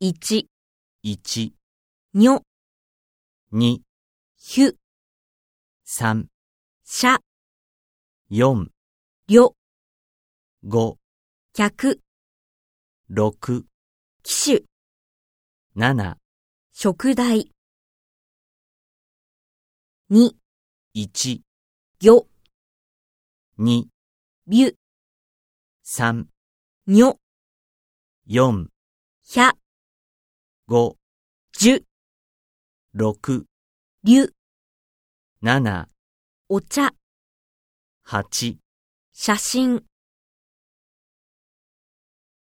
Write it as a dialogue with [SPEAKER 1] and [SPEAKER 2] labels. [SPEAKER 1] 1、
[SPEAKER 2] 1、
[SPEAKER 1] にょ、
[SPEAKER 2] 2、
[SPEAKER 1] ひゅ、
[SPEAKER 2] 3、
[SPEAKER 1] しゃ、
[SPEAKER 2] 4、
[SPEAKER 1] りょ、
[SPEAKER 2] 5、
[SPEAKER 1] 客、
[SPEAKER 2] 6、
[SPEAKER 1] 機種、
[SPEAKER 2] 7、
[SPEAKER 1] 食材。2、
[SPEAKER 2] 1、
[SPEAKER 1] 魚、
[SPEAKER 2] 2、
[SPEAKER 1] びゅ、
[SPEAKER 2] 3、
[SPEAKER 1] にょ、
[SPEAKER 2] 4、
[SPEAKER 1] ひゃ、
[SPEAKER 2] 5、
[SPEAKER 1] じゅ、
[SPEAKER 2] 6、
[SPEAKER 1] りゅ、
[SPEAKER 2] 7、
[SPEAKER 1] お茶、
[SPEAKER 2] 8
[SPEAKER 1] 写真。